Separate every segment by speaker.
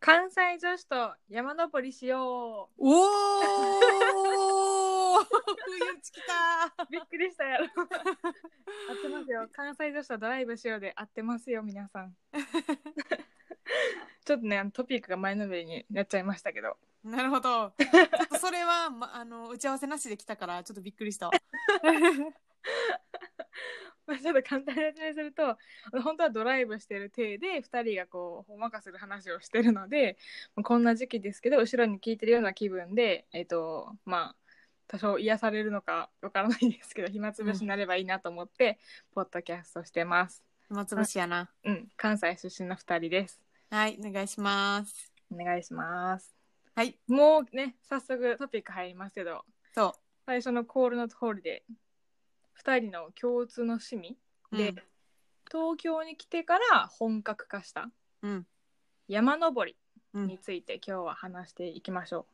Speaker 1: 関西女子と山登りしよ
Speaker 2: おお冬打ちきた
Speaker 1: う。びっくりしたやろ。合ってます よ。関西女子とドライブしようで合ってますよ、皆さん。 ちょっとね、あのトピックが前のめりになっちゃいましたけど。
Speaker 2: なるほど。ちょっとそれは、ま、あの打ち合わせなしで来たからちょっとびっくりした。
Speaker 1: まあ、 ちょっと簡単に説明すると本当はドライブしてる体で2人がこうほんわかする話をしてるのでまあこんな時期ですけど後ろに聞いてるような気分で、えっとまあ、多少癒されるのかわからないですけど暇つぶしになればいいなと思って、ポッドキャストしてます、
Speaker 2: 暇つぶしやな。
Speaker 1: うん、関西出身の2人です
Speaker 2: はい、お願いします。
Speaker 1: お願いします
Speaker 2: はい、
Speaker 1: もうね早速トピック入りますけど
Speaker 2: そ
Speaker 1: 最初のコールの通りで2人の共通の趣味
Speaker 2: う。
Speaker 1: で、東京に来てから本格化した
Speaker 2: うん、うん、
Speaker 1: 山登り
Speaker 2: うん
Speaker 1: について今日は話していきましょ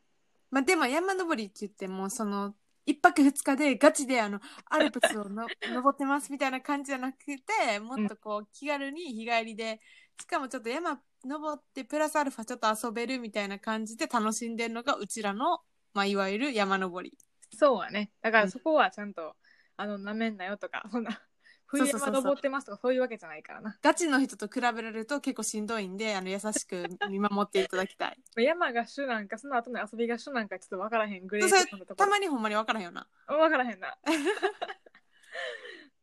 Speaker 2: まあ、でも山登りって言ってもその一泊二日でガチであのアルプスを の登ってますみたいな感じじゃなくてもっとこう気軽に日帰りでしかもちょっと山登ってプラスアルファちょっと遊べるみたいな感じで楽しんでるのがうちらの、まあ、いわゆる山登り。
Speaker 1: うそうはねだか
Speaker 2: う
Speaker 1: ら
Speaker 2: ん
Speaker 1: そこはちゃんと、あのなめんなよとかそんな
Speaker 2: そう
Speaker 1: 冬
Speaker 2: そうそうそう
Speaker 1: 山登ってますとかそういうわけじゃないからな
Speaker 2: ガチの人と比べられると結構しんどいんであの優しく見守っていただ きたい。
Speaker 1: 山が主なんかその後の遊びが主なんかちょっと分からへんグレー
Speaker 2: そう
Speaker 1: ドのとこ
Speaker 2: た
Speaker 1: ろ
Speaker 2: まにほんまに分からんよな。
Speaker 1: 分からへんな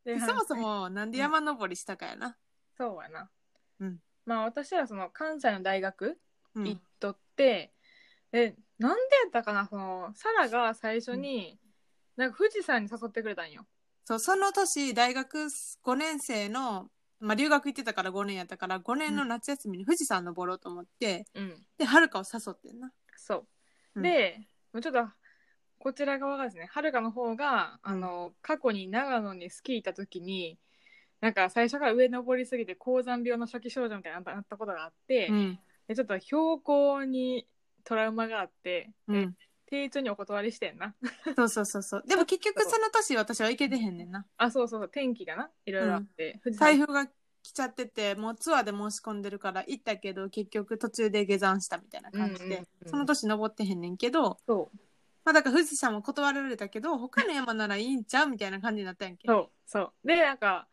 Speaker 1: で
Speaker 2: そもそもなんで山登りしたかやな。
Speaker 1: そうやな、
Speaker 2: うん
Speaker 1: まあ私はその関西の大学
Speaker 2: うん
Speaker 1: 行っとって、えなんでやったかなそのサラが最初に、なんか富士山に誘ってくれたんよ
Speaker 2: そう、その年、大学5年生の、まあ、留学行ってたから5年やったから、5年の夏休みに富士山登ろうと思って、
Speaker 1: うん
Speaker 2: で、はるかを誘ってんな。
Speaker 1: そうう。
Speaker 2: ん
Speaker 1: で、もうちょっと、こちら側がですね、はるかの方が、あの、過去に長野にスキー行った時に、なんか最初から上登りすぎて高山病の初期症状みたいなのなったことがあって、
Speaker 2: うん。
Speaker 1: でちょっと標高にトラウマがあって、
Speaker 2: うん。
Speaker 1: 丁重にお断りしてんな。
Speaker 2: そうそうそうそう。でも結局その年私は行けてへんねんな。
Speaker 1: あ、そうそうそう、天気がな、いろいろあって、富士
Speaker 2: 台
Speaker 1: 山
Speaker 2: 風が来ちゃってて、もうツアーで申し込んでるから行ったけど、結局途中で下山したみたいな感じで、
Speaker 1: うんうんうん
Speaker 2: その年登ってへんねんけど、
Speaker 1: そう、
Speaker 2: まあだから富士山も断られたけど、他の山ならいいんちゃうみたいな感じになったやんけ。
Speaker 1: そう、そう。で、なんか、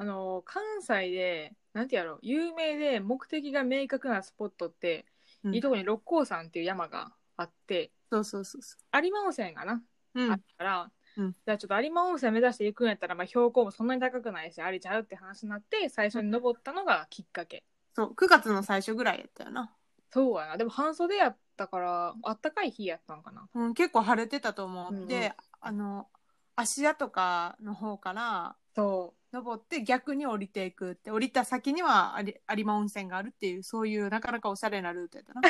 Speaker 1: あの、関西で、なんてやろう、有名で目的が明確なスポットって、
Speaker 2: うん
Speaker 1: いいとこに六甲山っていう山があって
Speaker 2: そうそうそうそ
Speaker 1: 有馬温泉がな、
Speaker 2: う。う
Speaker 1: あっ
Speaker 2: ん。
Speaker 1: たから、
Speaker 2: うん
Speaker 1: じゃあちょっと有馬温泉目指していくんやったら、まあ、標高もそんなに高くないしありちゃうって話になって最初に登ったのがきっかけ、
Speaker 2: そう、9月の最初ぐらいやったよな。
Speaker 1: そうやなでも半袖やったからあったかい日やったんかな
Speaker 2: うん、結構晴れてたと思う。
Speaker 1: うんうん
Speaker 2: で、あの、芦屋とかの方から
Speaker 1: そ
Speaker 2: 登って逆に降りていくって、降りた先には有有馬温泉があるっていう、そういうなかなかおしゃれなルートやった な。
Speaker 1: う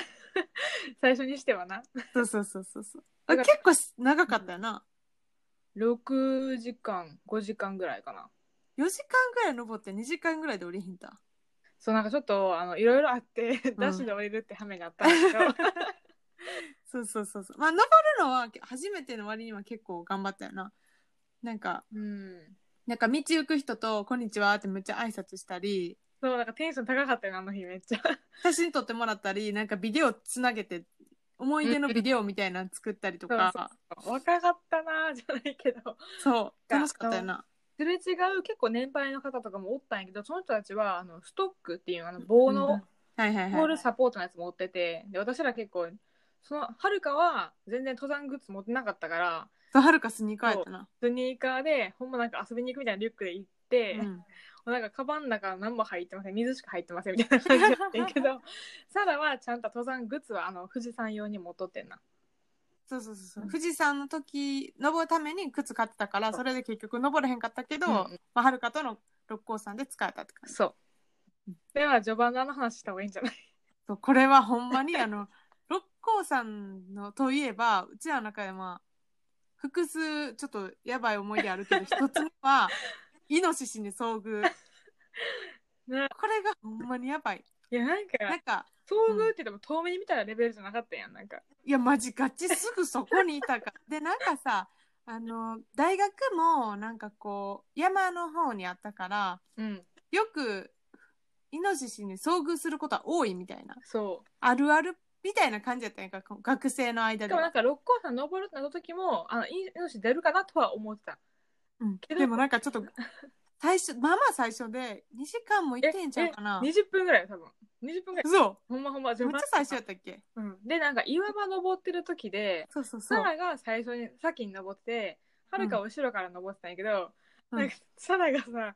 Speaker 1: 最初にしてはな
Speaker 2: そうそうそうそうそう。
Speaker 1: だから
Speaker 2: 結構し長かったよな。
Speaker 1: 6時間5時間ぐらいかな
Speaker 2: 4時間ぐらい登って2時間ぐらいで降りへんた。
Speaker 1: そうなんかちょっとあのいろいろあって、ダッシュで降りるって羽目になったんですけど
Speaker 2: そうそうそうそう。まあ登るのは初めての割には結構頑張ったよな。なんか、
Speaker 1: うん
Speaker 2: なんか道行く人と、こんにちはってめっちゃ挨拶したり、
Speaker 1: そうなんかテンション高かったよなあの日めっちゃ
Speaker 2: 写真撮ってもらったりなんかビデオつなげて思い出のビデオみたいなの作ったりとか
Speaker 1: そう若かったなあじゃないけど
Speaker 2: そう楽しかったよな
Speaker 1: すれ違う結構年配の方とかもおったんやけどその人たちはあのストックっていうあの棒
Speaker 2: うん
Speaker 1: の
Speaker 2: はいはい
Speaker 1: ボー
Speaker 2: は
Speaker 1: ル
Speaker 2: い
Speaker 1: サポートのやつ持っててで私ら結構そのはるかは全然登山グッズ持ってなかったから
Speaker 2: そうはるかスニーカーやったな
Speaker 1: スニーカーでほんまなんか遊びに行くみたいなリュックで行って、
Speaker 2: う
Speaker 1: も
Speaker 2: ん
Speaker 1: うなんかカバンの中何も入ってません水しか入ってませんみたいな感じだったんやけど サラはちゃんと登山グッズはあの富士山用に持っとってんな
Speaker 2: そうそうそうそう富士山の時登るために靴買ってたからそれで結局登れへんかったけど、
Speaker 1: うん
Speaker 2: まあ、はるかとの六甲山で使えたって感じ
Speaker 1: そうでは序盤のあの話した方がいいんじゃ ない
Speaker 2: そうこれはほんまにあの 六甲山のといえばうちらの中でまあ複数ちょっとやばい思い出あるけど一つ目はイノシシに遭遇
Speaker 1: ね
Speaker 2: これがほんまにやばい
Speaker 1: いやなんか
Speaker 2: なんか
Speaker 1: 遭遇ってでも遠目に見たらレベルじゃなかったやんなんか
Speaker 2: いやマジガチすぐそこにいたからでなんかさあの大学もなんかこう山の方にあったから
Speaker 1: うん
Speaker 2: よくイノシシに遭遇することは多いみたいな
Speaker 1: そう
Speaker 2: あるあるみたいな感じやったんやんかこう学生の間
Speaker 1: で
Speaker 2: で
Speaker 1: も
Speaker 2: は
Speaker 1: なんか六甲山登るの時もあのいい命出るかなとは思ってた。
Speaker 2: うん
Speaker 1: けど
Speaker 2: でもなんかちょっと最初まあまあ最初で2時間も行ってんちゃうかな
Speaker 1: 20分ぐらいよ多分。20分ぐらい。
Speaker 2: そ
Speaker 1: ほんまほんま
Speaker 2: うめっちゃ最初や
Speaker 1: や
Speaker 2: っ、たっけ
Speaker 1: うん。でなんか岩場登ってる時で、
Speaker 2: そうそうそ
Speaker 1: サ
Speaker 2: う
Speaker 1: ラが最初に先に登って、はるかは後ろから登ってたんやけど、
Speaker 2: うん
Speaker 1: なんかサラがさ、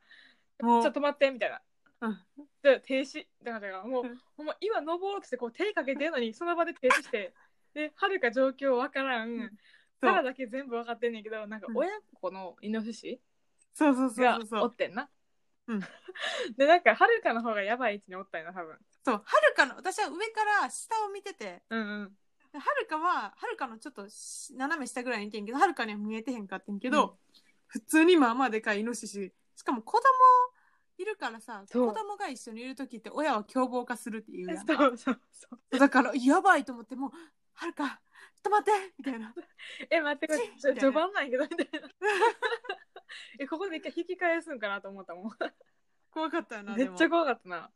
Speaker 2: も
Speaker 1: ちょっ
Speaker 2: う
Speaker 1: と待ってみたいな。
Speaker 2: うん
Speaker 1: で停止だからもう、
Speaker 2: うん
Speaker 1: ほんま今登ろうとしてこう手かけてるのにその場で停止 して。ではるか状況わからん
Speaker 2: ん
Speaker 1: サラだけ全部わかってんねんけどなんか親子のイノシシ、
Speaker 2: そうそうそう
Speaker 1: が
Speaker 2: そうそ
Speaker 1: お
Speaker 2: う
Speaker 1: ってんな。
Speaker 2: うん
Speaker 1: でなんかはるかの方がやばい位置におったよな多分。
Speaker 2: そうはるかの私は上から下を見てて
Speaker 1: うんうん。
Speaker 2: はるかは、はるかのちょっとし斜め下ぐらいにいてんけど、はるかには見えてへんかってんけど、
Speaker 1: うん
Speaker 2: 普通にまあまあでかいイノシシ。しかも子供いるからさ、
Speaker 1: そう
Speaker 2: 子供が一緒にいる時って親は凶暴化するっていうやん
Speaker 1: そうそうそう。
Speaker 2: だから、やばいと思って、もう、はるか、止まってみたいな。
Speaker 1: え待ってこれ
Speaker 2: ちっ
Speaker 1: じょ
Speaker 2: みたいな
Speaker 1: 序盤なんやけどみたいな。 えここで一回引き返すんかなと思ったもん。
Speaker 2: 怖かったよな、
Speaker 1: め
Speaker 2: で
Speaker 1: っ
Speaker 2: も
Speaker 1: ちゃ怖かったな。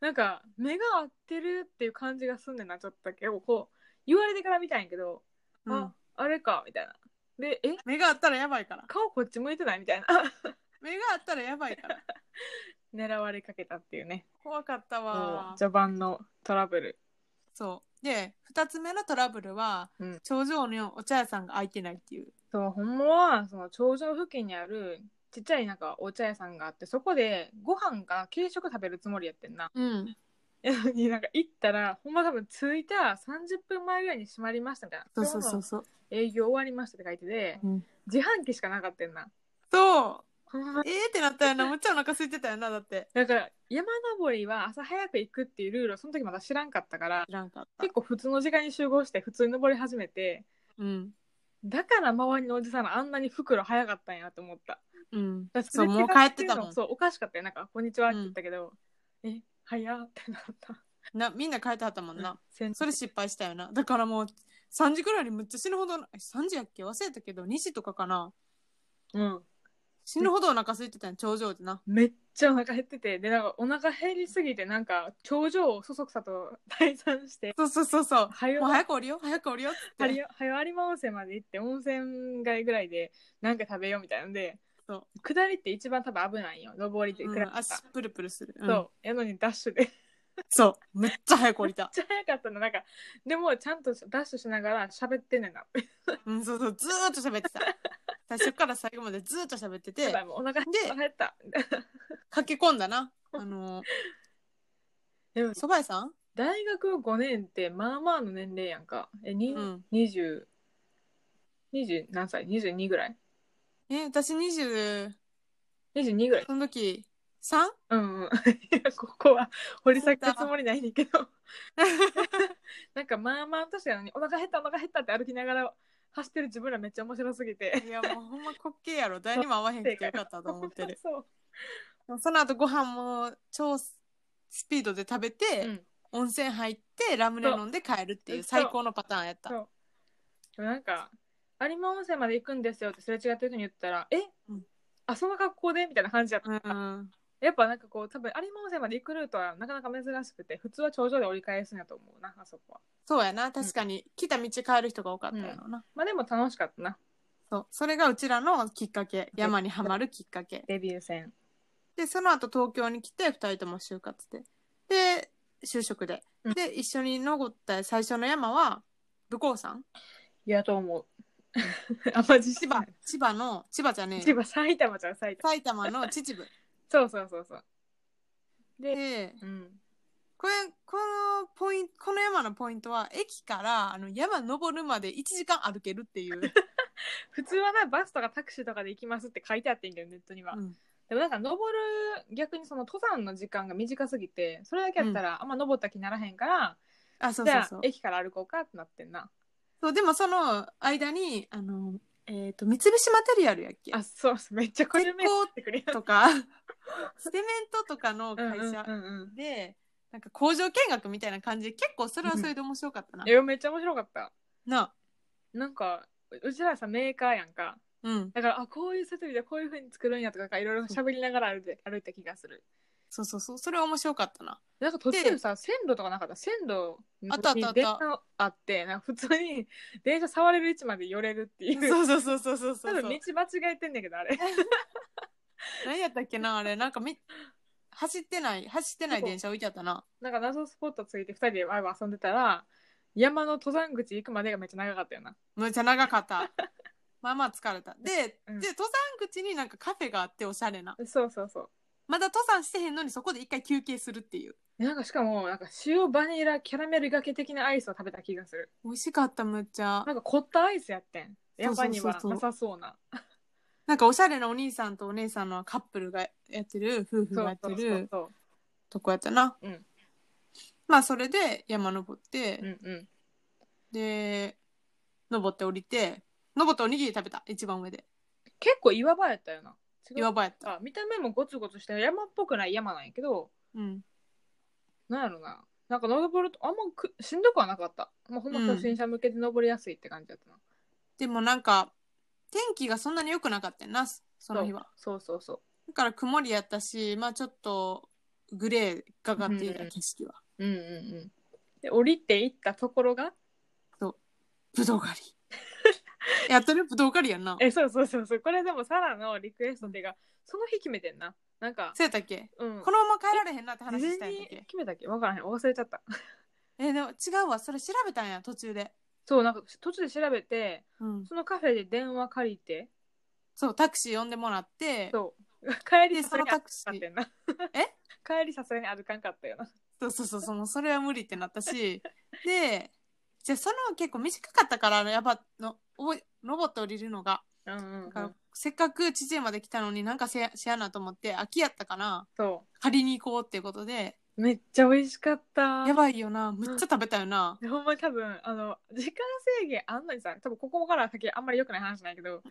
Speaker 1: なんか目が合ってるっていう感じがすんねんなちょっとだけどこう言われてから見たんやけど、
Speaker 2: う
Speaker 1: あ
Speaker 2: ん
Speaker 1: あれかみたいな。でえ
Speaker 2: 目があったらやばいから。
Speaker 1: 顔こっち向いてないみたいな
Speaker 2: 目があったらやばいから。
Speaker 1: 狙われかけたっていうね
Speaker 2: 怖かったわ。
Speaker 1: 序盤のトラブル
Speaker 2: そう。で、二つ目のトラブルは、
Speaker 1: うん
Speaker 2: 頂上のお茶屋さんが開いてないっていう。
Speaker 1: そうほんまはその頂上付近にあるちっちゃいなんかお茶屋さんがあってそこでご飯か軽食食べるつもりやってんな。
Speaker 2: うん。
Speaker 1: やの になんか行ったらほんま多分着いた30分前ぐらいに閉まりましたみたいな。
Speaker 2: そうそうそう
Speaker 1: 今日
Speaker 2: そう。
Speaker 1: の営業終わりましたって書いてて
Speaker 2: うん
Speaker 1: 自販機しかなかったんな。
Speaker 2: そう。
Speaker 1: ほんま
Speaker 2: えーってなったよな。むっちゃお腹空いてたよな。だって。
Speaker 1: だから山登りは朝早く行くっていうルールをその時まだ知らんかったから
Speaker 2: 知らんかった
Speaker 1: 結。構普通の時間に集合して普通に登り始めて
Speaker 2: うん。
Speaker 1: だから周りのおじさんのあんなに袋早かったんやと思った。
Speaker 2: うん。
Speaker 1: だから
Speaker 2: そう、
Speaker 1: すれ
Speaker 2: も
Speaker 1: 違
Speaker 2: う帰ってたも
Speaker 1: の
Speaker 2: ん。
Speaker 1: そう、おかしかったよ。なんか、こんにちはって
Speaker 2: うん
Speaker 1: 言ったけど、え、早っってなった。
Speaker 2: な、みんな帰ってはったもん な。
Speaker 1: 先
Speaker 2: それ失敗したよな。だからもう、3時くらいにむっちゃ死ぬほど、え3時やっけ忘れたけど、2時とかかな。
Speaker 1: うん。
Speaker 2: 死ぬほどお腹空いてたん頂上でな。
Speaker 1: めっちゃお腹減ってて、で、なんか、お腹減りすぎて、なんか、頂上をそそくさと退散 して、
Speaker 2: そうそうそうそう。
Speaker 1: はよ
Speaker 2: もう、早く降りよう、早く降りようっつ
Speaker 1: は
Speaker 2: って。
Speaker 1: よ、はよ有馬温泉まで行って、温泉街ぐらいで、なんか食べようみたいなんで、。
Speaker 2: そう
Speaker 1: 下りって一番多分危ないよ。上りって、下
Speaker 2: う
Speaker 1: り
Speaker 2: ん、
Speaker 1: が
Speaker 2: 足プルプルする。うん
Speaker 1: そう。やのにダッシュで。めっ
Speaker 2: そう。むっちゃ早く降りた。
Speaker 1: ちゃ早かったの。なんか、でも、ちゃんとダッシュしながら喋ってんねんな。
Speaker 2: うん、そうそう。ずーっと喋ってた。最初から最後までずーっと喋ってて
Speaker 1: やば、いもうお腹減ったお
Speaker 2: で
Speaker 1: 腹減った。
Speaker 2: 駆け込んだな。あの
Speaker 1: でも
Speaker 2: ー、蕎麦屋さん
Speaker 1: 大学5年ってまあまあの年齢やんかえに、
Speaker 2: うん
Speaker 1: 20 20何歳22ぐらい
Speaker 2: え、私20、
Speaker 1: 22ぐらい
Speaker 2: その時、3?
Speaker 1: うん うんいやここは掘り下げるつもりないねんけど なんかまあまあ確かにお腹減ったお腹減ったって歩きながら走ってる自分らめっちゃ面白すぎて。
Speaker 2: いや、もうほんま滑稽やろ。誰にも会わへんくてよかったと思ってる
Speaker 1: そう、
Speaker 2: もうその後ご飯も超スピードで食べて、
Speaker 1: うん、
Speaker 2: 温泉入って、ラムネ飲んで帰るっていう
Speaker 1: そう
Speaker 2: 最高のパターンやった。
Speaker 1: そうでもなんか有馬温泉まで行くんですよってすれ違ってる人に言ったらえ、
Speaker 2: うん
Speaker 1: あその格好でみたいな感じやった、
Speaker 2: うん。
Speaker 1: やっぱなんかこう多分有馬温泉まで行くルートはなかなか珍しくて普通は頂上で折り返すんやと思うなあそこは
Speaker 2: そうやな。確かに、来た道帰る人が多かったやろな。
Speaker 1: まあでも楽しかったな
Speaker 2: そう。それがうちらのきっかけ。山にはまるきっかけ。
Speaker 1: デビュー戦
Speaker 2: で、その後東京に来て、二人とも就活で。で、就職で
Speaker 1: う。ん
Speaker 2: で、一緒に登った最初の山は、武甲山
Speaker 1: い やと思うあんま自
Speaker 2: 千
Speaker 1: 信
Speaker 2: 葉
Speaker 1: ない、
Speaker 2: 千葉の、千葉じ ゃねえ
Speaker 1: 千
Speaker 2: よ
Speaker 1: 葉埼玉じゃん埼玉
Speaker 2: 埼玉の秩父。
Speaker 1: そうそうそうそうで
Speaker 2: で、
Speaker 1: うん
Speaker 2: これ、このポイント、この山のポイントは、駅から、あの、山登るまで1時間歩けるっ ていう。
Speaker 1: 普通はなバスとかタクシーとかで行きますって書いてあってんけどネットには、
Speaker 2: うん
Speaker 1: でもなんか登る逆にその登山の時間が短すぎてそれだけやったらあんま登った気にならへんから、
Speaker 2: あ、そう
Speaker 1: じ
Speaker 2: そ
Speaker 1: ゃ
Speaker 2: う
Speaker 1: あ
Speaker 2: そう。
Speaker 1: 駅から歩こうかってなってんな
Speaker 2: そう、でもその間に、あの、えっ、と、三菱マテリアルやっけ
Speaker 1: あそうそうめっちゃこれめっってくれる
Speaker 2: とか、セメントとかの
Speaker 1: うん
Speaker 2: 会社
Speaker 1: うんうんうん
Speaker 2: で、なんか工場見学みたいな感じで、結構それはそれで面白かったな。
Speaker 1: いやめっちゃ面白かった
Speaker 2: な、
Speaker 1: なんかううちらさメーカーやんか
Speaker 2: うん。
Speaker 1: だからあこういう設備でこういうふうに作るんやとかいろいろ喋りながら歩いて歩いた気がする
Speaker 2: そうそうそう。それは面白かっ たな。
Speaker 1: なんか途中さ、線路とかなかった線路
Speaker 2: あったあったあ
Speaker 1: に
Speaker 2: った
Speaker 1: 電車あって、なんか普通に電車触れる位置まで寄れるっていう。
Speaker 2: そうそうそうそうそうそう。
Speaker 1: 多分道間違えてんだけど、あれ。
Speaker 2: 何やったっけなあれ。なんかみ、走ってない、走ってない電車置いてあったな。
Speaker 1: なんか謎スポットついて2人でワイワイ遊んでたら、山の登山口行くまでがめっちゃ長かったよな。
Speaker 2: めっちゃ長かった。 まあまあ疲れた。で、
Speaker 1: うん
Speaker 2: で、登山口になんかカフェがあっておしゃれな。
Speaker 1: そうそうそう。
Speaker 2: まだ登山してへんのにそこで一回休憩するっていう。
Speaker 1: なんかしかも、なんか塩バニラキャラメルがけ的なアイスを食べた気がする。
Speaker 2: 美味しかった、むっちゃ
Speaker 1: な。んか凝ったアイスやってん。
Speaker 2: そうそ
Speaker 1: 山
Speaker 2: うそう
Speaker 1: に
Speaker 2: そう
Speaker 1: はなさそうな。
Speaker 2: なんかおしゃれなお兄さんとお姉さんのカップルがやってる、夫婦
Speaker 1: そ
Speaker 2: がや
Speaker 1: う
Speaker 2: っ
Speaker 1: そ
Speaker 2: て
Speaker 1: うそう
Speaker 2: る
Speaker 1: そ
Speaker 2: とこやったな。
Speaker 1: うん
Speaker 2: まあそれで山登って、
Speaker 1: う。うんうん。
Speaker 2: で、登って降りて、登っておにぎり食べた、一番上で。
Speaker 1: 結構岩場やったよな。違う
Speaker 2: 岩場やった。
Speaker 1: あ見た目もゴツゴツして山っぽくない山なんやけど、
Speaker 2: うん。
Speaker 1: なんやろな。なんか登るとあんまくしんどくはなかった。もうほんま初心者向けで登りやすいって感じだったな。
Speaker 2: でもなんか、天気がそんなに良くなかったよな、その日は。
Speaker 1: そうそうそう
Speaker 2: だから曇りやったし、まあちょっと、グレーがかっていた景色は。
Speaker 1: そう。うんうんうん。で、降りていったところが、
Speaker 2: ぶどう狩 り。やってるぶどう狩りやんな。
Speaker 1: え、そうそうそうそう。これでもサラのリクエストっていうか、その日決めてんな。なんか、
Speaker 2: そうやったっけ
Speaker 1: うん。
Speaker 2: このまま帰られへんなって話
Speaker 1: 事
Speaker 2: した
Speaker 1: 前
Speaker 2: んや
Speaker 1: に
Speaker 2: ったっけ
Speaker 1: 決めたっけわからへん。忘れちゃった。
Speaker 2: え、でも違うわ。それ調べたんや、途中で。
Speaker 1: そう、なんか途中で調べて、
Speaker 2: うん。
Speaker 1: そのカフェで電話借りて、
Speaker 2: そう、タクシー呼んでもらって、
Speaker 1: そう。 帰り
Speaker 2: で
Speaker 1: さすがに
Speaker 2: そのタ
Speaker 1: 歩
Speaker 2: ク
Speaker 1: か
Speaker 2: シ
Speaker 1: ん
Speaker 2: ー
Speaker 1: かったよな。
Speaker 2: え
Speaker 1: 帰りさすがに歩かんかったよな。
Speaker 2: そうそうそうそう、もうそれは無理ってなったし、 で、じゃあその結構短かったから、やば、の、おい登って降りるのが。
Speaker 1: うんうん、う
Speaker 2: だから
Speaker 1: ん。
Speaker 2: せっかく父まで来たのになんかせやしやなと思って秋やったから
Speaker 1: そ
Speaker 2: 借りに行こうっていうことで
Speaker 1: う。めっちゃ美味しかった。
Speaker 2: やばいよなむっちゃ食べたよな
Speaker 1: でほんまに多分あの時間制限あんのにさ多分ここから先あんまり良くない話なんやけ ど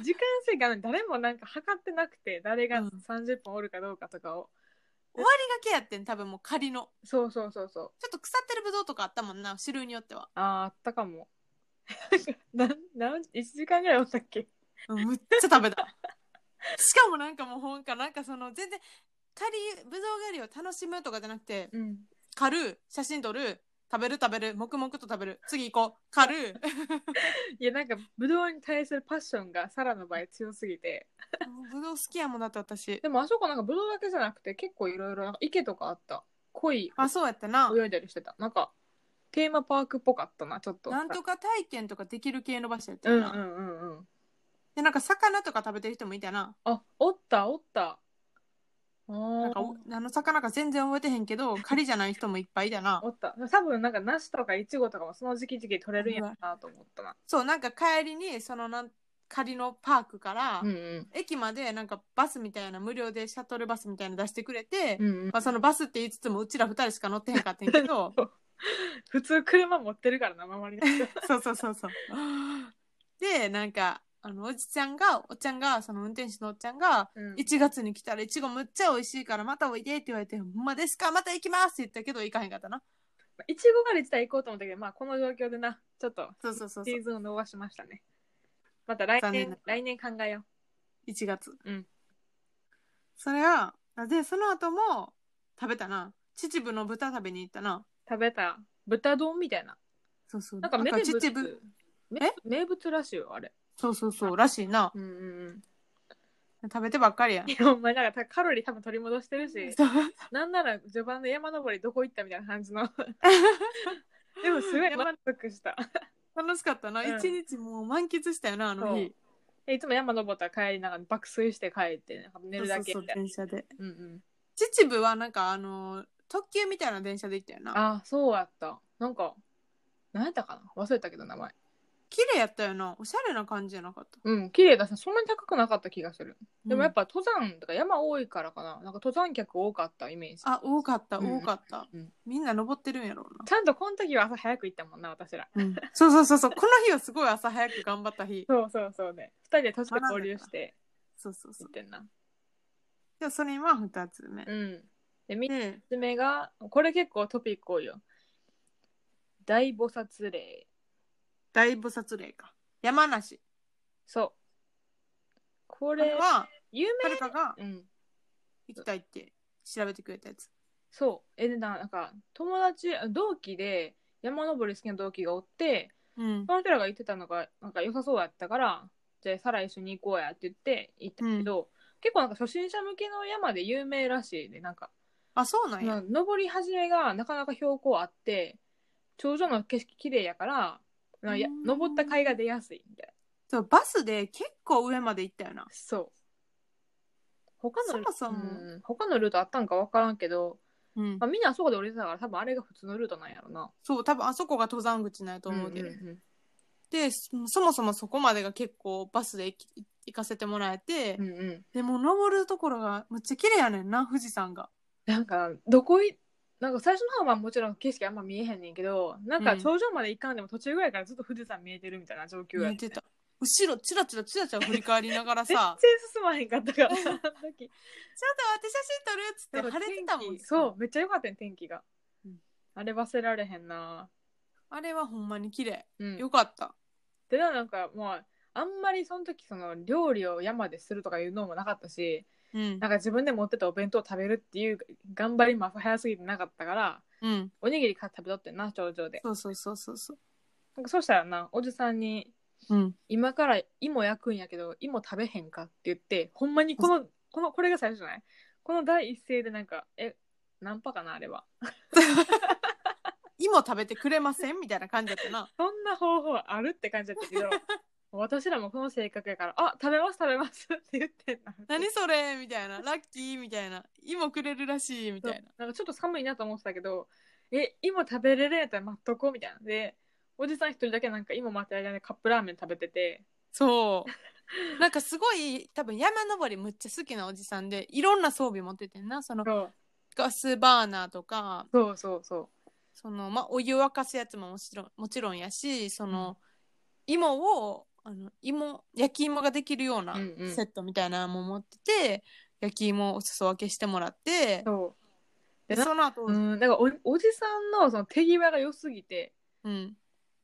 Speaker 1: 時間制限あんのに誰もなんか測ってなくて誰が
Speaker 2: うん
Speaker 1: 30分おるかどうかとかを、
Speaker 2: 終わりがけやってん多分もう仮の
Speaker 1: そうそうそうそう
Speaker 2: ちょっと腐ってるぶどうとかあったもんな種類によっては、
Speaker 1: あーあったか もなんなん1時間ぐらいおったっけ
Speaker 2: うんむっちゃ食べたしかもなんかもうほんかなんかその全然狩りぶどう狩りを楽しむとかじゃなくて
Speaker 1: うん
Speaker 2: 狩る写真撮る食べる食べる黙々と食べる次行こう狩る
Speaker 1: いやなんかブドウに対するパッションがサラの場合強すぎて
Speaker 2: もうぶどう好きやもんだって私
Speaker 1: でもあそこなんかブドウだけじゃなくて結構いろいろなんか池とかあった濃い
Speaker 2: あそうやったな
Speaker 1: 泳いだりしてたなんかテーマパークっぽかったなちょっと
Speaker 2: なんとか体験とかできる系の場所やった
Speaker 1: うんう
Speaker 2: よな、
Speaker 1: んうんうん
Speaker 2: でなんか魚とか食べてる人もいたな。
Speaker 1: あ、おったおった。あ
Speaker 2: なんか
Speaker 1: ー
Speaker 2: おあの魚が全然覚えてへん けど、狩りじゃない人もいっぱいいたな
Speaker 1: お。った。多分なんか梨とかイチゴとかもその時期時期取れるんやろなと思ったな。
Speaker 2: そう、なんか帰りにそのなん狩りのパークから、
Speaker 1: うんうん。
Speaker 2: 駅までなんかバスみたいな無料でシャトルバスみたいなの出してくれて、
Speaker 1: うんうん
Speaker 2: まあ、そのバスって言いつつもうちら二人しか乗ってへんかったんや けど
Speaker 1: 普通車持ってるからな周りの 人
Speaker 2: そうそうそうそうでなんかあのおじちゃんがおっちゃんがその運転手のおっちゃんが
Speaker 1: うん
Speaker 2: 1月に来たらいちごむっちゃ美味しいからまたおいでって言われて「ほんまですかまた行きます」って言ったけど行かへんかったない
Speaker 1: ちご狩り自体行こうと思ったけどまあこの状況でなちょっと
Speaker 2: そうそうそうそ
Speaker 1: シ
Speaker 2: う
Speaker 1: ーズンを逃しましたねまた来
Speaker 2: 残念な
Speaker 1: 年来年考えよ
Speaker 2: 1月。
Speaker 1: うん
Speaker 2: それは、あで、その後も食べたな。秩父の豚食べに行ったな。
Speaker 1: う食べた豚丼みたいな
Speaker 2: そうそう。
Speaker 1: なんか名
Speaker 2: 秩
Speaker 1: 物
Speaker 2: 父。
Speaker 1: め
Speaker 2: え
Speaker 1: 名物らしいよあれ
Speaker 2: そうそうそう、らしいな。
Speaker 1: うんうんうん
Speaker 2: 食べてばっか りやん。
Speaker 1: いやほんまになんかカロリー多分取り戻してるし
Speaker 2: そう
Speaker 1: なんなら序盤の山登りどこ行ったみたいな感じ のでもすごい満足した
Speaker 2: 楽しかったな。
Speaker 1: うん
Speaker 2: 一、日もう満喫したよな、あの日。
Speaker 1: えいつも山登ったら帰りながら爆睡して帰ってなんか寝るだけ
Speaker 2: そう
Speaker 1: み
Speaker 2: そ
Speaker 1: た
Speaker 2: うそ
Speaker 1: いな
Speaker 2: う電車で。
Speaker 1: うんうん
Speaker 2: 秩父はなんかあの、特急みたいな電車で行ったよな。
Speaker 1: あそうやったなんか何やったかな忘れたけど名前
Speaker 2: 綺麗やったよな。おしゃれな感じじゃなかった。
Speaker 1: うん綺麗だしそんなに高くなかった気がするでもやっ
Speaker 2: ぱ、
Speaker 1: ぱ登山とか山多いからかななんか登山客多かったイメージ
Speaker 2: あ、多かった、
Speaker 1: うん
Speaker 2: 多かった。
Speaker 1: うん
Speaker 2: みんな登ってるんやろうな。
Speaker 1: ちゃんとこの時は朝早く行ったもんな私 ら
Speaker 2: うんそうそうそうそう。この日はすごい朝早く頑張った日。
Speaker 1: そうそうそうね2人で年で交流して
Speaker 2: そうそうそ
Speaker 1: 行っ
Speaker 2: う。
Speaker 1: てんな
Speaker 2: じゃあそれは二つ目。
Speaker 1: うんで3
Speaker 2: で、
Speaker 1: つ目がこれ結構トピック多いよ大菩薩霊
Speaker 2: 大菩薩霊か。山梨。
Speaker 1: そうこ
Speaker 2: これ
Speaker 1: れ
Speaker 2: は、
Speaker 1: 有
Speaker 2: は
Speaker 1: 名
Speaker 2: るかが
Speaker 1: うん、
Speaker 2: 行きたいって調べてくれたやつ。
Speaker 1: そうえでななんか友達同期で山登り好きな同期がおって
Speaker 2: うん
Speaker 1: そ。の人らが言ってたのがなんか良さそうやったからじゃあさら一緒に行こうやって言って行ったけど、結構なんか初心者向けの山で有名らしいでなんか
Speaker 2: あ、そうなんや。
Speaker 1: まあ登り始めがなかなか標高あって頂上の景色綺麗やから、まあや
Speaker 2: うん
Speaker 1: 登った甲斐が出やすいみたいな
Speaker 2: そう、バスで結構上まで行ったよな。
Speaker 1: そう他の
Speaker 2: そもそも
Speaker 1: うん他のルートあったんか分からんけど、
Speaker 2: うん
Speaker 1: ま。あ、みんなあそこで降りてたから多分あれが普通のルートなんやろな
Speaker 2: そう、多分あそこが登山口なんやと
Speaker 1: と
Speaker 2: 思
Speaker 1: 思
Speaker 2: う
Speaker 1: う
Speaker 2: け
Speaker 1: け
Speaker 2: ど。
Speaker 1: ど、うんうん
Speaker 2: で、そそもそもそこまでが結構バスで行き行かせてもらえて、
Speaker 1: うんうん
Speaker 2: でもう登るところがむっちゃ綺麗やねんな、富士山が。
Speaker 1: なんかどこいなんか最初の方はもちろん景色あんま見えへんねんけどなんか頂上まで行かんでも途中ぐらいからずっと富士山見えてるみたいな状況や
Speaker 2: 見
Speaker 1: ね
Speaker 2: え
Speaker 1: ん
Speaker 2: てた。後ろ、チラチラチラチラ振り返りなが ら
Speaker 1: 全然、
Speaker 2: さ
Speaker 1: 進まへんかったからその 時
Speaker 2: ちょっと私写真撮るっつって晴れてたも
Speaker 1: 天
Speaker 2: ん。
Speaker 1: 気そう。めっちゃ良かったね天気が、
Speaker 2: うん
Speaker 1: あれ忘れられへんな、
Speaker 2: あれはほんまに綺麗。
Speaker 1: うん、
Speaker 2: よかった。
Speaker 1: でなんかもうあんまりその時その料理を山でするとかいうのもなかったし
Speaker 2: うん
Speaker 1: な。んか自分で持ってたお弁当を食べるっていう頑張りも早すぎてなかったから
Speaker 2: うん。
Speaker 1: おにぎり買って食べとってんな頂上で
Speaker 2: そうそうそうそうそ
Speaker 1: なんかそうしたらなおじさんに
Speaker 2: う。うん。
Speaker 1: 今から芋焼くんやけど芋食べへんかって言ってほんまにこのこのこれが最初じゃないこの第一声でなんかえナンパかなあれは
Speaker 2: 芋食べてくれませんみたいな感じだったな。
Speaker 1: そんな方法あるって感じだったけど私らもこの性格やから「あ食べます食べます」って言ってんな
Speaker 2: 何それみたいな。ラッキーみたいな。芋くれるらしいみたいな。
Speaker 1: なんかちょっと寒いなと思ってたけど「え今食べれるんやったら待っとこう」みたいなでおじさん一人だけなんか今待ってる間にカップラーメン食べてて
Speaker 2: そう。なんかすごい、多分山登りむっちゃ好きなおじさんで、いろんな装備持っててんな。その
Speaker 1: そう
Speaker 2: ガスバーナーとか、
Speaker 1: そうそうそ
Speaker 2: その、まあ、お湯沸かすやつももちろん、もちろんやし、その、芋を、あの、芋、焼き芋ができるような
Speaker 1: うんうん
Speaker 2: セットみたいなのも持ってて、焼き芋をお裾分けしてもらって
Speaker 1: う、そ
Speaker 2: で、
Speaker 1: な
Speaker 2: その後、
Speaker 1: ううんなんかおおじさんのその手際が良すぎて
Speaker 2: うん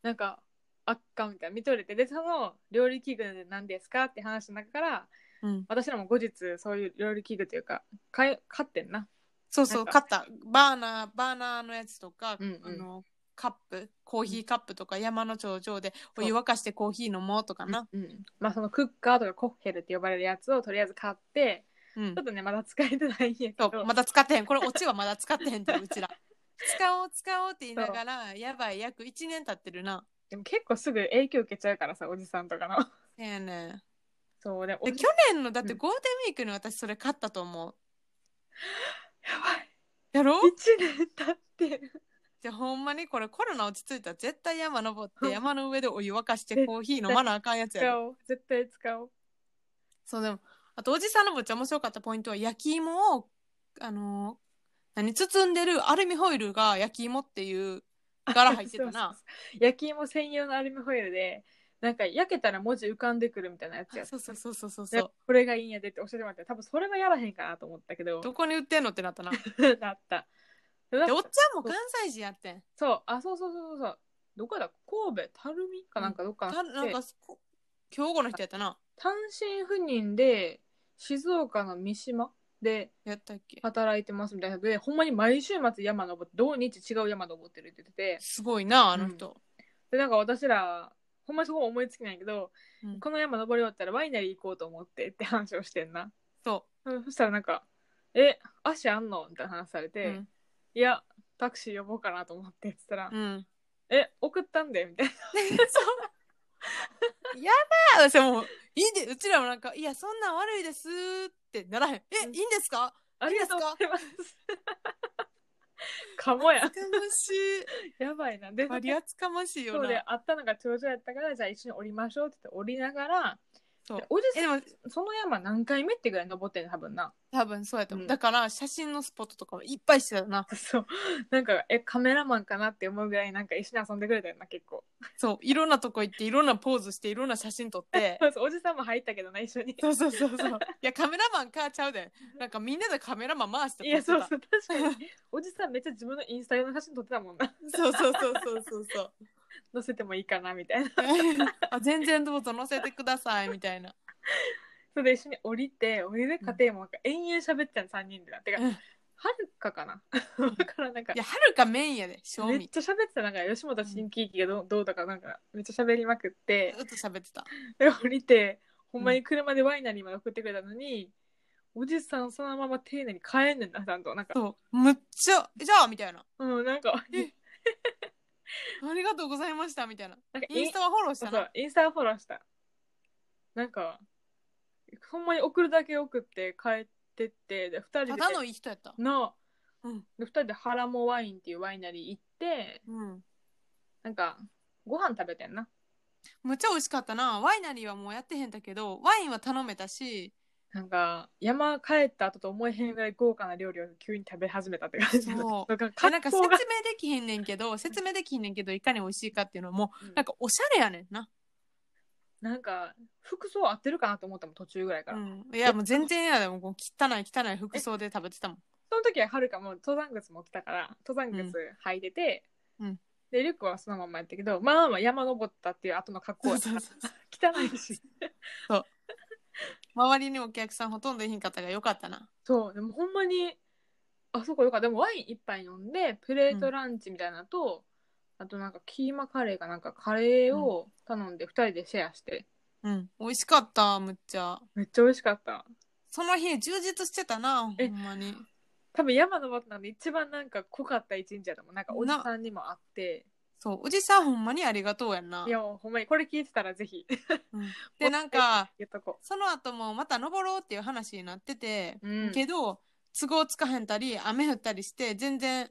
Speaker 1: なんかあっかみたいな見とれてでその料理器具で何ですかって話の中から
Speaker 2: うん
Speaker 1: 私らも後日そういう料理器具というか買い買ってんな
Speaker 2: そうそ
Speaker 1: な
Speaker 2: う、
Speaker 1: んか
Speaker 2: 買った。バーナー、バーナーのやつとか、
Speaker 1: うんうん
Speaker 2: あの、カップ、コーヒーカップとか、山の頂上でお湯沸かしてコーヒー飲もうとかな。
Speaker 1: うん、まあそのクッカーとかコッヘルって呼ばれるやつをとりあえず買って
Speaker 2: うん
Speaker 1: ちょっ。とねまだ使えてないんやけ
Speaker 2: そ
Speaker 1: ど
Speaker 2: う、まだ使ってへん。これ、オチはまだ使ってへん って、うちら。使おう、使おうって言いながら、やばい、約1年経ってるな。
Speaker 1: でも結構すぐ影響受けちゃうからさおじさんとかの
Speaker 2: ねえね
Speaker 1: そうね
Speaker 2: え
Speaker 1: お
Speaker 2: で
Speaker 1: じ
Speaker 2: 去年の、だっ
Speaker 1: う
Speaker 2: て
Speaker 1: ん
Speaker 2: ゴールデンウィークに私それ買ったと思う。
Speaker 1: やばい
Speaker 2: やろ
Speaker 1: 1年経ってる
Speaker 2: じゃあほんまにこれコロナ落ち着いたら絶対山登って山の上でお湯沸かしてコーヒー飲まなあかんやつやろ
Speaker 1: 使おう絶対使おう
Speaker 2: そうでも、あとおじさんのむっちゃ面白かったポイントは、焼き芋を、あのー何、包んでるアルミホイルが焼き芋っていう柄入ってた な
Speaker 1: そ。うそうそう焼き芋専用のアルミホイルでなんか焼けたら文字浮かんでくるみたいなやつや
Speaker 2: そうそうそうそうそう
Speaker 1: で
Speaker 2: そ
Speaker 1: これがいいんやでって教えてもらって多分それはやらへんかなと思ったけど
Speaker 2: う。どこに売ってんのってなった な。で、
Speaker 1: だった
Speaker 2: おっちゃんも関西人やってん。
Speaker 1: そうあそうそうそうそうそうどこだ神戸垂水かなんかどっか
Speaker 2: たなんか、こ兵庫の人やったな。
Speaker 1: 単身赴任で静岡の三島で
Speaker 2: やったっけ
Speaker 1: 働いてますみたいな人でほんまに毎週末山登って土日違う山登ってるって言ってて
Speaker 2: すごいな、あの人。
Speaker 1: でなんか私らほんまにそこ思いつきないけど、
Speaker 2: うん
Speaker 1: この山登り終わったらワイナリー行こうと思ってって話をしてんな
Speaker 2: そ
Speaker 1: うんそしたらなんか「え足あんの?」みたいな話され
Speaker 2: う。
Speaker 1: て「
Speaker 2: うん。
Speaker 1: いやタクシー呼ぼうかなと思って」って言ったら「
Speaker 2: うん。
Speaker 1: え送ったんで」みたいな
Speaker 2: そう。やばい私もう、いいで、うちらもなんか、いや、そんなん悪いですってならへん。え、いいんですか
Speaker 1: 「あ
Speaker 2: いい
Speaker 1: りが
Speaker 2: です
Speaker 1: と
Speaker 2: か
Speaker 1: うございます」 かも や
Speaker 2: 厚かましい。
Speaker 1: やばいなで
Speaker 2: あり厚かましいよ
Speaker 1: そうで
Speaker 2: な。
Speaker 1: 会ったのが頂上やったからじゃあ一緒に降りましょうって言って降りながら
Speaker 2: そう
Speaker 1: でおじ
Speaker 2: え、で
Speaker 1: さ
Speaker 2: も、
Speaker 1: んその山何回目ってぐらい登ってんの多分な
Speaker 2: 多分そうやと思う。
Speaker 1: うん
Speaker 2: だから、写真のスポットとかもいっぱいしてたな。
Speaker 1: そうなんかえカメラマンかなって思うぐらいなんか一緒に遊んでくれたよな結構
Speaker 2: そう、いろんなとこ行って、いろんなポーズして、いろんな写真撮って。
Speaker 1: そうそうおじさんも入ったけどな一緒に
Speaker 2: そうそうそう そう。いや、カメラマンかちゃうで。なんかみんなでカメラマン回し て
Speaker 1: いやそう
Speaker 2: そ
Speaker 1: そう確か におじさんめっちゃ自分のインスタ用の写真撮ってたもんな
Speaker 2: うそうそうそうそうそう。
Speaker 1: 載せてもいいかなみたい な
Speaker 2: あ全然どうぞ乗せてください、みたいな。
Speaker 1: それで一緒に降りて降りる過程もなんか延々喋ってたの3人でなってか
Speaker 2: うん
Speaker 1: はるかかな わからんなんか
Speaker 2: いや、はるかメインやで、賞
Speaker 1: めっ
Speaker 2: 味。
Speaker 1: ちゃ喋ってたなんか吉本新喜劇がどうどうだかなんかめっちゃ喋りまくって
Speaker 2: ずっと喋ってた。
Speaker 1: で降りてほんまに車でワイナリーまで送ってくれたのに、おじさんそのまま丁寧に帰んねんなちゃんとなんか
Speaker 2: そう。むっちゃ、じゃあみたいな。
Speaker 1: うんなんか
Speaker 2: えありがとうございましたみたいな。
Speaker 1: なんか
Speaker 2: インスタはフォローし
Speaker 1: そう
Speaker 2: た
Speaker 1: そ
Speaker 2: な
Speaker 1: う。インスタフォローしたなんかほんまに送るだけ送って帰ってってで2人で
Speaker 2: ただのいい人やった。
Speaker 1: の
Speaker 2: うん。
Speaker 1: で2人でハラモワインっていうワイナリー行って
Speaker 2: うん。
Speaker 1: なんかご飯食べてんな
Speaker 2: むっちゃ美味しかったな。ワイナリーはもうやってへんだけど、ワインは頼めたし、
Speaker 1: なんか山帰った後と思えへんぐらい豪華な料理を急に食べ始めたって感じ
Speaker 2: そう
Speaker 1: なんか
Speaker 2: えなんか
Speaker 1: 格好
Speaker 2: 説明
Speaker 1: が
Speaker 2: できへんねんけど、説明できへんねんけど、いかに美味しいかっていうのも、
Speaker 1: うん
Speaker 2: なんかおしゃれやねんな。
Speaker 1: なんか服装合ってるかなと思ったもん途中ぐらいか
Speaker 2: う
Speaker 1: ら、
Speaker 2: ん。いや、もう全然やでも、こう汚い汚い服装で食べてたもん。
Speaker 1: その時ははるかも登山靴持ってたから登山靴履いてて、
Speaker 2: うん
Speaker 1: でリュックはそのまんまやったけどまあまあ山登ったっていう後の格好
Speaker 2: そ
Speaker 1: や
Speaker 2: う
Speaker 1: った
Speaker 2: そうそう
Speaker 1: 汚いし
Speaker 2: 周りにお客さんほとんどいひんかったがよかったな。
Speaker 1: そうでもほんまにあそこよかったでもワイン一杯飲んでプレートランチみたいなのと、あとなんかキーマカレーかなんかカレーを頼んで2人でシェアして、
Speaker 2: うん。美味しかった、むっちゃ。
Speaker 1: めっちゃ美味しかった
Speaker 2: その日充実してたな、ほ
Speaker 1: え
Speaker 2: んまに。
Speaker 1: 多分山登ったんで一番なんか濃かった一日やと思うなんかおじさんにも会って
Speaker 2: そう、おじさんほんまにありがとうやんな。
Speaker 1: いやもうほんまにこれ聞いてたらぜひ
Speaker 2: うんで、なんか、
Speaker 1: 言っとこ
Speaker 2: その後もまた登ろうっていう話になってて、
Speaker 1: う、うん、
Speaker 2: けど、都合つかへんたり、雨降ったりして、全然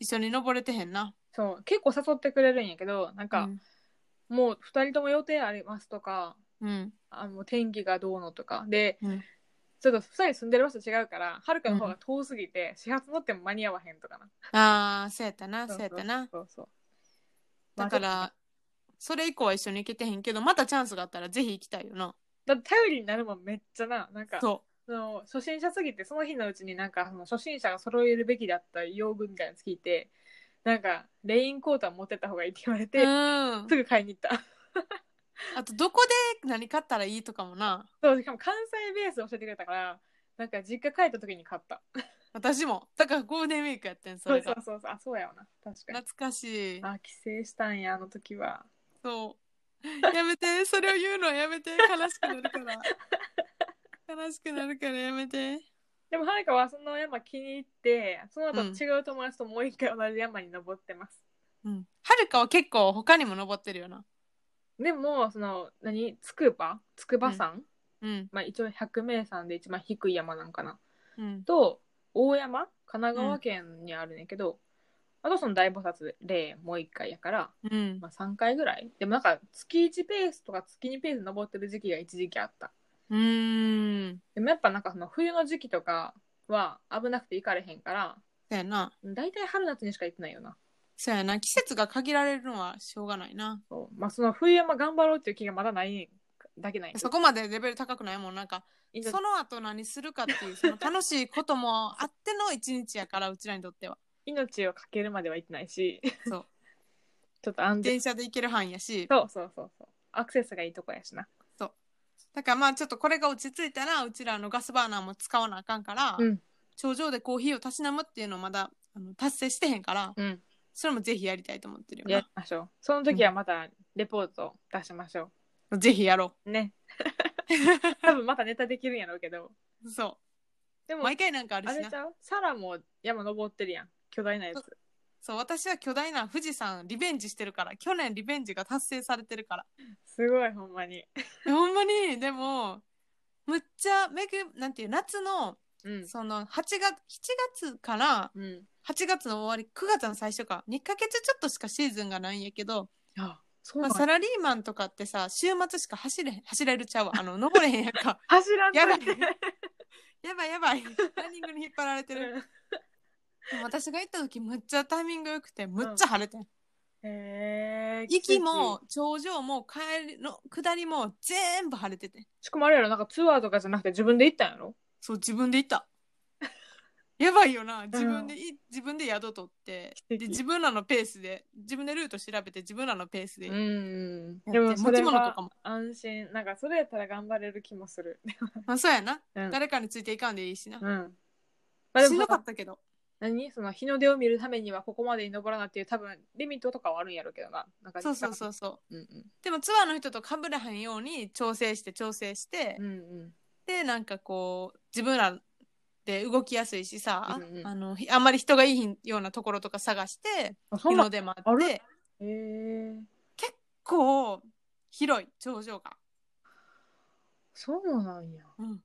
Speaker 2: 一緒に登れてへんな。
Speaker 1: そう結構誘ってくれるんやけどなんか、もう2人とも予定ありますとか
Speaker 2: うん。うん。
Speaker 1: あもう天気がどうのとかで
Speaker 2: うん
Speaker 1: ちょっと2人住んでる場所違うからはるかの方が遠すぎて、始発乗っても間に合わへんとかな
Speaker 2: ああ、そうやったな、
Speaker 1: そ
Speaker 2: そ
Speaker 1: そ
Speaker 2: うう
Speaker 1: う
Speaker 2: やったな。
Speaker 1: そうそう
Speaker 2: だか
Speaker 1: まあ
Speaker 2: ら、それ以降は一緒に行けてへんけど、またチャンスがあったらぜひ行きたいよな。
Speaker 1: だって頼りになるもんめっちゃななんか
Speaker 2: そ
Speaker 1: その初心者すぎてその日のうちになんかその初心者が揃えるべきだった用具みたいなの聞いてなんかレインコートは持ってった方がいいって言われ
Speaker 2: う。
Speaker 1: て、
Speaker 2: うん
Speaker 1: す。ぐ買いに行った
Speaker 2: あと、どこで何買ったらいいとかもな。
Speaker 1: そうしかも関西ベース教えてくれたからなんか実家帰った時に買った
Speaker 2: 私も。だからゴールデンウィークやってん、そ
Speaker 1: そ
Speaker 2: れ
Speaker 1: うそう
Speaker 2: が。
Speaker 1: そうそうあそうやわな確かに
Speaker 2: 懐かしい。
Speaker 1: あ帰省したんやあの時は
Speaker 2: そう。 やめて、それを言うのはやめて。悲しくなるから。悲しくなるからやめて。
Speaker 1: でもはるかはその山気に入ってその後違う友達ともう一回同じ山に登ってます、
Speaker 2: うん。はるかは結構他にも登ってるよな。
Speaker 1: でもその何筑波筑波山、
Speaker 2: うん。
Speaker 1: まあ、一応百名山で一番低い山なんかな
Speaker 2: うん。
Speaker 1: と大山神奈川県にあるねんけど、あとその大菩薩霊もう一回やから、
Speaker 2: うん。
Speaker 1: まあ、3回ぐらいでもなんか月1ペースとか月2ペース登ってる時期が一時期あった
Speaker 2: うーん。
Speaker 1: でもやっぱなんかその冬の時期とかは危なくて行かれへんから
Speaker 2: そうやな。
Speaker 1: 大体春夏にしか行ってないよな
Speaker 2: そうやな。季節が限られるのはしょうがないな。
Speaker 1: そうまあその冬山頑張ろうっていう気がまだないだけない
Speaker 2: そこまでレベル高くないもん。なんか、
Speaker 1: いいんじゃ
Speaker 2: その後何するかっていう、その楽しいこともあっての一日やから、うちらにとっては。
Speaker 1: 命をかけるまでは行ってないし
Speaker 2: そう。
Speaker 1: ちょっと安全
Speaker 2: 電車で行ける範囲やし。
Speaker 1: そうそうそうそうアクセスがいいとこやしな
Speaker 2: だからまあちょっとこれが落ち着いたらうちらのガスバーナーも使わなあかんから、
Speaker 1: うん
Speaker 2: 頂上でコーヒーをたしなむっていうのをまだあの達成してへんから
Speaker 1: うん
Speaker 2: それもぜひやりたいと思ってる
Speaker 1: や
Speaker 2: よ
Speaker 1: りましょう。その時はまたレポート出しましょ
Speaker 2: なぜひやろ
Speaker 1: う。 ね。多分またネタできるんやろうけど。
Speaker 2: うそ
Speaker 1: で
Speaker 2: う
Speaker 1: も、あ
Speaker 2: 毎回なんかあるし
Speaker 1: れ
Speaker 2: な
Speaker 1: ちゃうサラも山登ってるやん。巨大なやつ。
Speaker 2: そう私は巨大な富士山リベンジしてるから去年リベンジが達成されてるから
Speaker 1: すごい、ほんまに。
Speaker 2: ほんまにでもむっちゃめぐなんていう夏の
Speaker 1: うん。
Speaker 2: その8月7月から
Speaker 1: うん。
Speaker 2: 8月の終わり9月の最初か2ヶ月ちょっとしかシーズンがないんやけど
Speaker 1: あ、そう
Speaker 2: ま
Speaker 1: な
Speaker 2: あ、
Speaker 1: ん
Speaker 2: サラリーマンとかってさ週末しか走れへん走れるちゃうわあの登れへんやんか
Speaker 1: 走らんと
Speaker 2: やばい
Speaker 1: いて。
Speaker 2: やばいやばいランニングに引っ張られてるでも私が行った時むっちゃタイミング良くてむっちゃ晴れてん、
Speaker 1: へえ。
Speaker 2: 息も。頂上も帰りの下りも全部晴れてて
Speaker 1: しかもあれやろ、なんかツアーとかじゃなくて自分で行ったんやろ
Speaker 2: そう自分で行ったやばいよな自分でい、自分で宿取って
Speaker 1: 奇
Speaker 2: で
Speaker 1: 跡
Speaker 2: 自分らのペースで自分でルート調べて自分らのペースで、
Speaker 1: うん。
Speaker 2: て
Speaker 1: でも、それ
Speaker 2: 持ち物とか
Speaker 1: は
Speaker 2: も
Speaker 1: 安心。なんか、それやったら頑張れる気もする。
Speaker 2: まあ、そうやな、
Speaker 1: うん
Speaker 2: 誰かについていかんでいいしな、
Speaker 1: うん。まあで
Speaker 2: しん
Speaker 1: も
Speaker 2: どかったけど。
Speaker 1: 何その日の出を見るためにはここまでに登らなっていう多分リミットとかはあるんやろうけどななんか
Speaker 2: そうそうそうそう。
Speaker 1: うんうん
Speaker 2: でもツアーの人と被らへんように調整して調整して、
Speaker 1: うんうん
Speaker 2: でなんかこう自分らで動きやすいしさ、
Speaker 1: うんうん
Speaker 2: あのひあんまり人がいいようなところとか探して
Speaker 1: あそ
Speaker 2: 日
Speaker 1: ん
Speaker 2: の
Speaker 1: な
Speaker 2: 出もあ
Speaker 1: あ
Speaker 2: って
Speaker 1: れへえ
Speaker 2: 結構広い頂上が、
Speaker 1: そうなんや
Speaker 2: うん、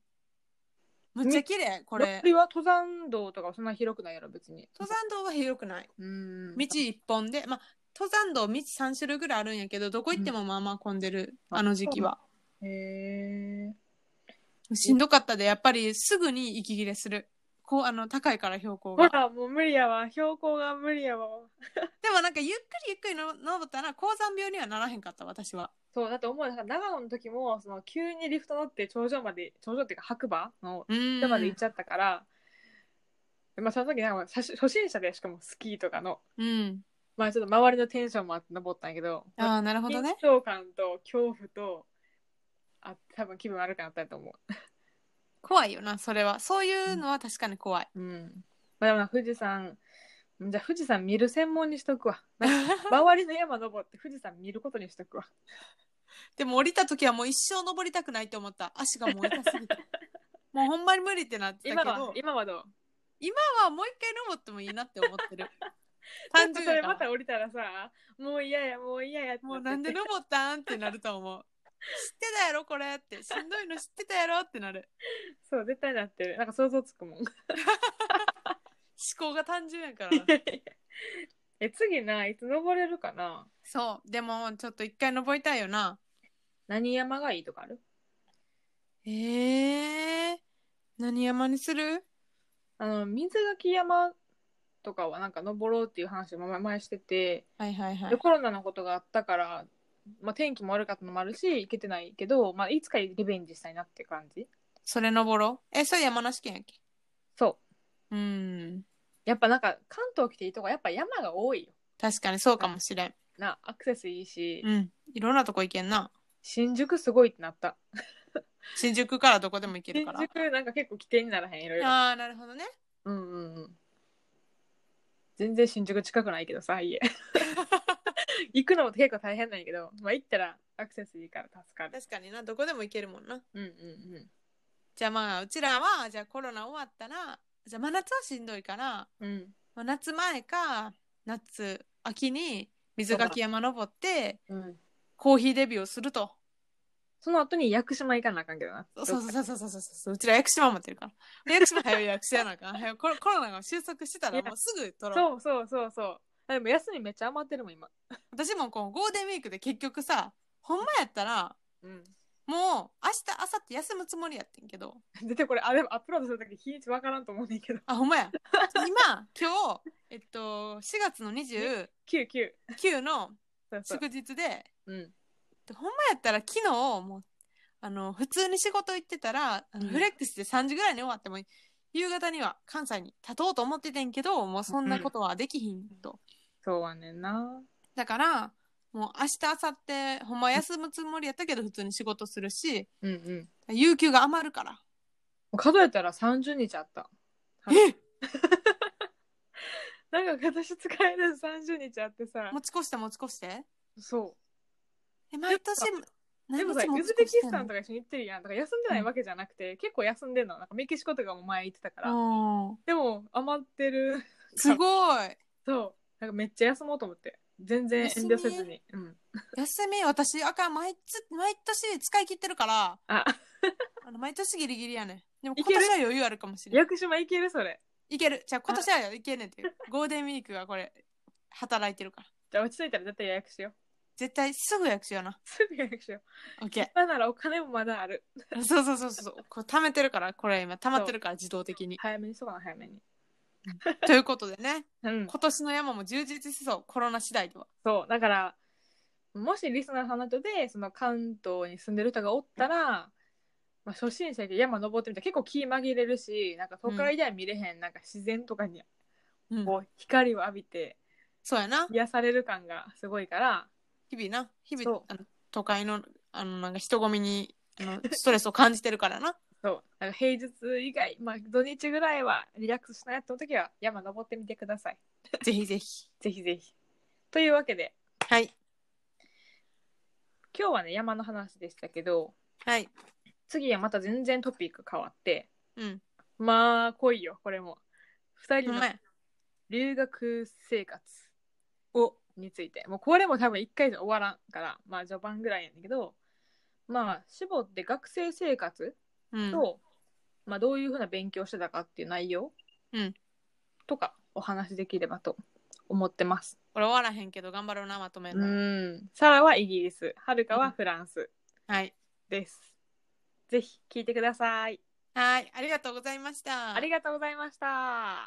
Speaker 2: むっちゃ綺麗これ
Speaker 1: これは登山道とかはそんな広くないやろ別に
Speaker 2: 登山道は広くない
Speaker 1: うん
Speaker 2: 道一本でまあ登山道道3種類ぐらいあるんやけどどこ行ってもまあまあ混んでる、
Speaker 1: うん
Speaker 2: あの時期は
Speaker 1: へえ
Speaker 2: しんどかったでやっぱりすぐに息切れするこうあの高いから標高
Speaker 1: ほ
Speaker 2: が
Speaker 1: らもう無理やわ標高が無理やわ
Speaker 2: でもなんかゆっくりゆっくりの登ったら高山病にはならへんかった私は
Speaker 1: そうだと思うよなんか長野の時もその急にリフト乗って頂上まで頂上っていうか白馬の
Speaker 2: うん
Speaker 1: 下まで行っちゃったから、まあその時なんか初初心者でしかもスキーとかの
Speaker 2: うん
Speaker 1: まあちょっと周りのテンションもあって登ったんやけど
Speaker 2: ああなるほどね
Speaker 1: 緊張感と恐怖とあ多分気分悪くなったと思
Speaker 2: 怖いよなそれはそういうのは確かに怖い、
Speaker 1: ううんまあでもな富士山じゃあ富士山見る専門にしとくわなんか周りの山登って富士山見ることにしとくわ
Speaker 2: でも降りた時はもう一生登りたくないって思った足がもう痛すぎ てもうほんまに無理ってなってた
Speaker 1: 今
Speaker 2: けど今
Speaker 1: は今はどう
Speaker 2: はもう一回登ってもいいなって思ってる単純
Speaker 1: それ
Speaker 2: やか
Speaker 1: ま
Speaker 2: ら
Speaker 1: た降りたらさもう嫌やもう嫌やって
Speaker 2: もう
Speaker 1: ってて
Speaker 2: なんで登ったんってなると思う知ってたやろこれってしんどいの知ってたやろってなる
Speaker 1: そう絶対なってるなんか想像つくもん
Speaker 2: 思考が単純や から
Speaker 1: え次ないつ登れるかな
Speaker 2: そうでもちょっと一回登りたいよな
Speaker 1: 何山がいいとかある
Speaker 2: ええ何山にする
Speaker 1: あの水垣山とかはなんか登ろうっていう話を前前してて、
Speaker 2: はいはいは
Speaker 1: で。コロナのことがあったから、まあ、天気も悪かったのもあるし行けてないけど、まあ、いつかリベンジしたいなって感じ
Speaker 2: それ登ろう。え、それ山梨県やっけ
Speaker 1: そう
Speaker 2: うん。
Speaker 1: やっぱなんか関東来ていいとこやっぱ山が多いよ
Speaker 2: 確かにそうかもしれん。
Speaker 1: なアクセスいいし、
Speaker 2: うん。いろんなとこ行けんな。
Speaker 1: 新宿すごいってなった
Speaker 2: 新宿からどこでも行け
Speaker 1: 新
Speaker 2: るから。
Speaker 1: 宿なんか結構起点にならへんいろいろ
Speaker 2: ああ、なるほどね。
Speaker 1: うんうんうん全然新宿近くないけどさ 家行くのも結構大変なんやけど、まあ、行ったらアクセスいいから助かる
Speaker 2: 確かにな、どこでも行けるもんな。
Speaker 1: うんうんうん
Speaker 2: じゃあまあ、うちらは、じゃあコロナ終わったら、じゃあ真夏はしんどいから、
Speaker 1: うん
Speaker 2: まあ、夏前か、夏、秋に水垣山登って、
Speaker 1: うん、
Speaker 2: コーヒーデビューをすると。
Speaker 1: その後に屋久島行かなあかんけどな。
Speaker 2: そうそうそうそうそうそうそう。うちら屋久島持ってるから。屋久島早い役者やな あかん。早くコロコロナが収束してたらもうすぐ取ろう。
Speaker 1: そうそうそうそう。あでも休みめっちゃ余ってるもん今。
Speaker 2: 私もこうゴールデンウィークで結局さ、ほんまやった ら、
Speaker 1: うん。
Speaker 2: もう明日、明後日休むつもりやってんけど。
Speaker 1: 絶対これあれアップロードするとき日にちわからんと思うねんけど。
Speaker 2: あ、ほんまや。今、今日、えっと、4月の29
Speaker 1: 九九。
Speaker 2: の
Speaker 1: そうそう。
Speaker 2: 祝日で、
Speaker 1: うん。
Speaker 2: ほんまやったら昨日、もう、あの、普通に仕事行ってたら、あの
Speaker 1: うん
Speaker 2: フレックスで3時ぐらいに終わっても、夕方には関西に立とうと思っててんけど、もうそんなことはできひんと。
Speaker 1: そうはねんな。
Speaker 2: だから、もう明日、明後日、ほんま休むつもりやったけど、普通に仕事するし、
Speaker 1: うんうん。も
Speaker 2: 有給が余るから。
Speaker 1: う数えたら三十日あった。
Speaker 2: え
Speaker 1: なんか私使える三十日あってさ。
Speaker 2: 持ち越して持ち越して。
Speaker 1: そ
Speaker 2: え、毎年、
Speaker 1: う。でもさ、ウズベキスタンとか一緒に行ってるやん。だから休んでないわけじゃなくて、結構休んでんの。なんかメキシコとかも前行ってたから。
Speaker 2: か。
Speaker 1: でも余ってる。
Speaker 2: すごい。
Speaker 1: そう。なんかめっちゃ休もうと思って。全然遠慮せずに。うん。
Speaker 2: 休み、私、あかん、毎つ毎年使い切ってるから、
Speaker 1: あ、
Speaker 2: あの毎年ギリギリやねん。でも
Speaker 1: い
Speaker 2: 今
Speaker 1: ける
Speaker 2: 年は余裕あるかもしれん。
Speaker 1: 屋久島行けるそれ。
Speaker 2: いける。じゃあ今年はいけんねんっていう。ゴールデンウィークがこれ、働いてるから。
Speaker 1: じゃあ落ち着いたら絶対予約しよう。
Speaker 2: 絶対すぐ役所やな。
Speaker 1: すぐ予約しよ
Speaker 2: オッ
Speaker 1: う。
Speaker 2: ケー。
Speaker 1: 今ならお金もまだある。
Speaker 2: そうそうそうそう。こう溜めてるから、これ今溜まってるから自動的に。
Speaker 1: 早めにそうかな、早めに。
Speaker 2: ということでね、
Speaker 1: うん。
Speaker 2: 今年の山も充実しそう、コロナ次第では。
Speaker 1: そう。だから、もしリスナーさんなどで、その関東に住んでる人がおったら、まあ、初心者で山登ってみたら結構気紛れるし、なんか都会では見れへん、なんか自然とかに
Speaker 2: うん、
Speaker 1: こう光を浴びて
Speaker 2: そうやな。
Speaker 1: 癒される感がすごいから、
Speaker 2: 日々な、日
Speaker 1: そう
Speaker 2: 々 あの都会のあのなんか人混みにあのストレスを感じてるからな。
Speaker 1: そうなんか平日以外、まあ、土日ぐらいはリラックスしたいなと思う時は山登ってみてください。
Speaker 2: ぜひぜひ。
Speaker 1: ぜひぜひ。というわけで
Speaker 2: はい。
Speaker 1: 今日はね山の話でしたけど
Speaker 2: はい。
Speaker 1: 次はまた全然トピック変わって
Speaker 2: うん。
Speaker 1: まあ来いよこれも2
Speaker 2: ほ
Speaker 1: 人
Speaker 2: ん
Speaker 1: の
Speaker 2: まや
Speaker 1: 留学生活をについてもうこれも多分1回じゃ終わらんからまあ序盤ぐらいやんだけどまあ絞って学生生活
Speaker 2: うん。
Speaker 1: と、まあ、どういうふうな勉強してたかっていう内容、
Speaker 2: うん
Speaker 1: とかお話しできればと思ってます。
Speaker 2: これ終わらへんけど、頑張ろうな、まとめる
Speaker 1: う
Speaker 2: の。
Speaker 1: ん、サラはイギリス、はるかはフランス
Speaker 2: はい。
Speaker 1: です。ぜひ聞いてください。
Speaker 2: はい。ありがとうございました。
Speaker 1: ありがとうございました。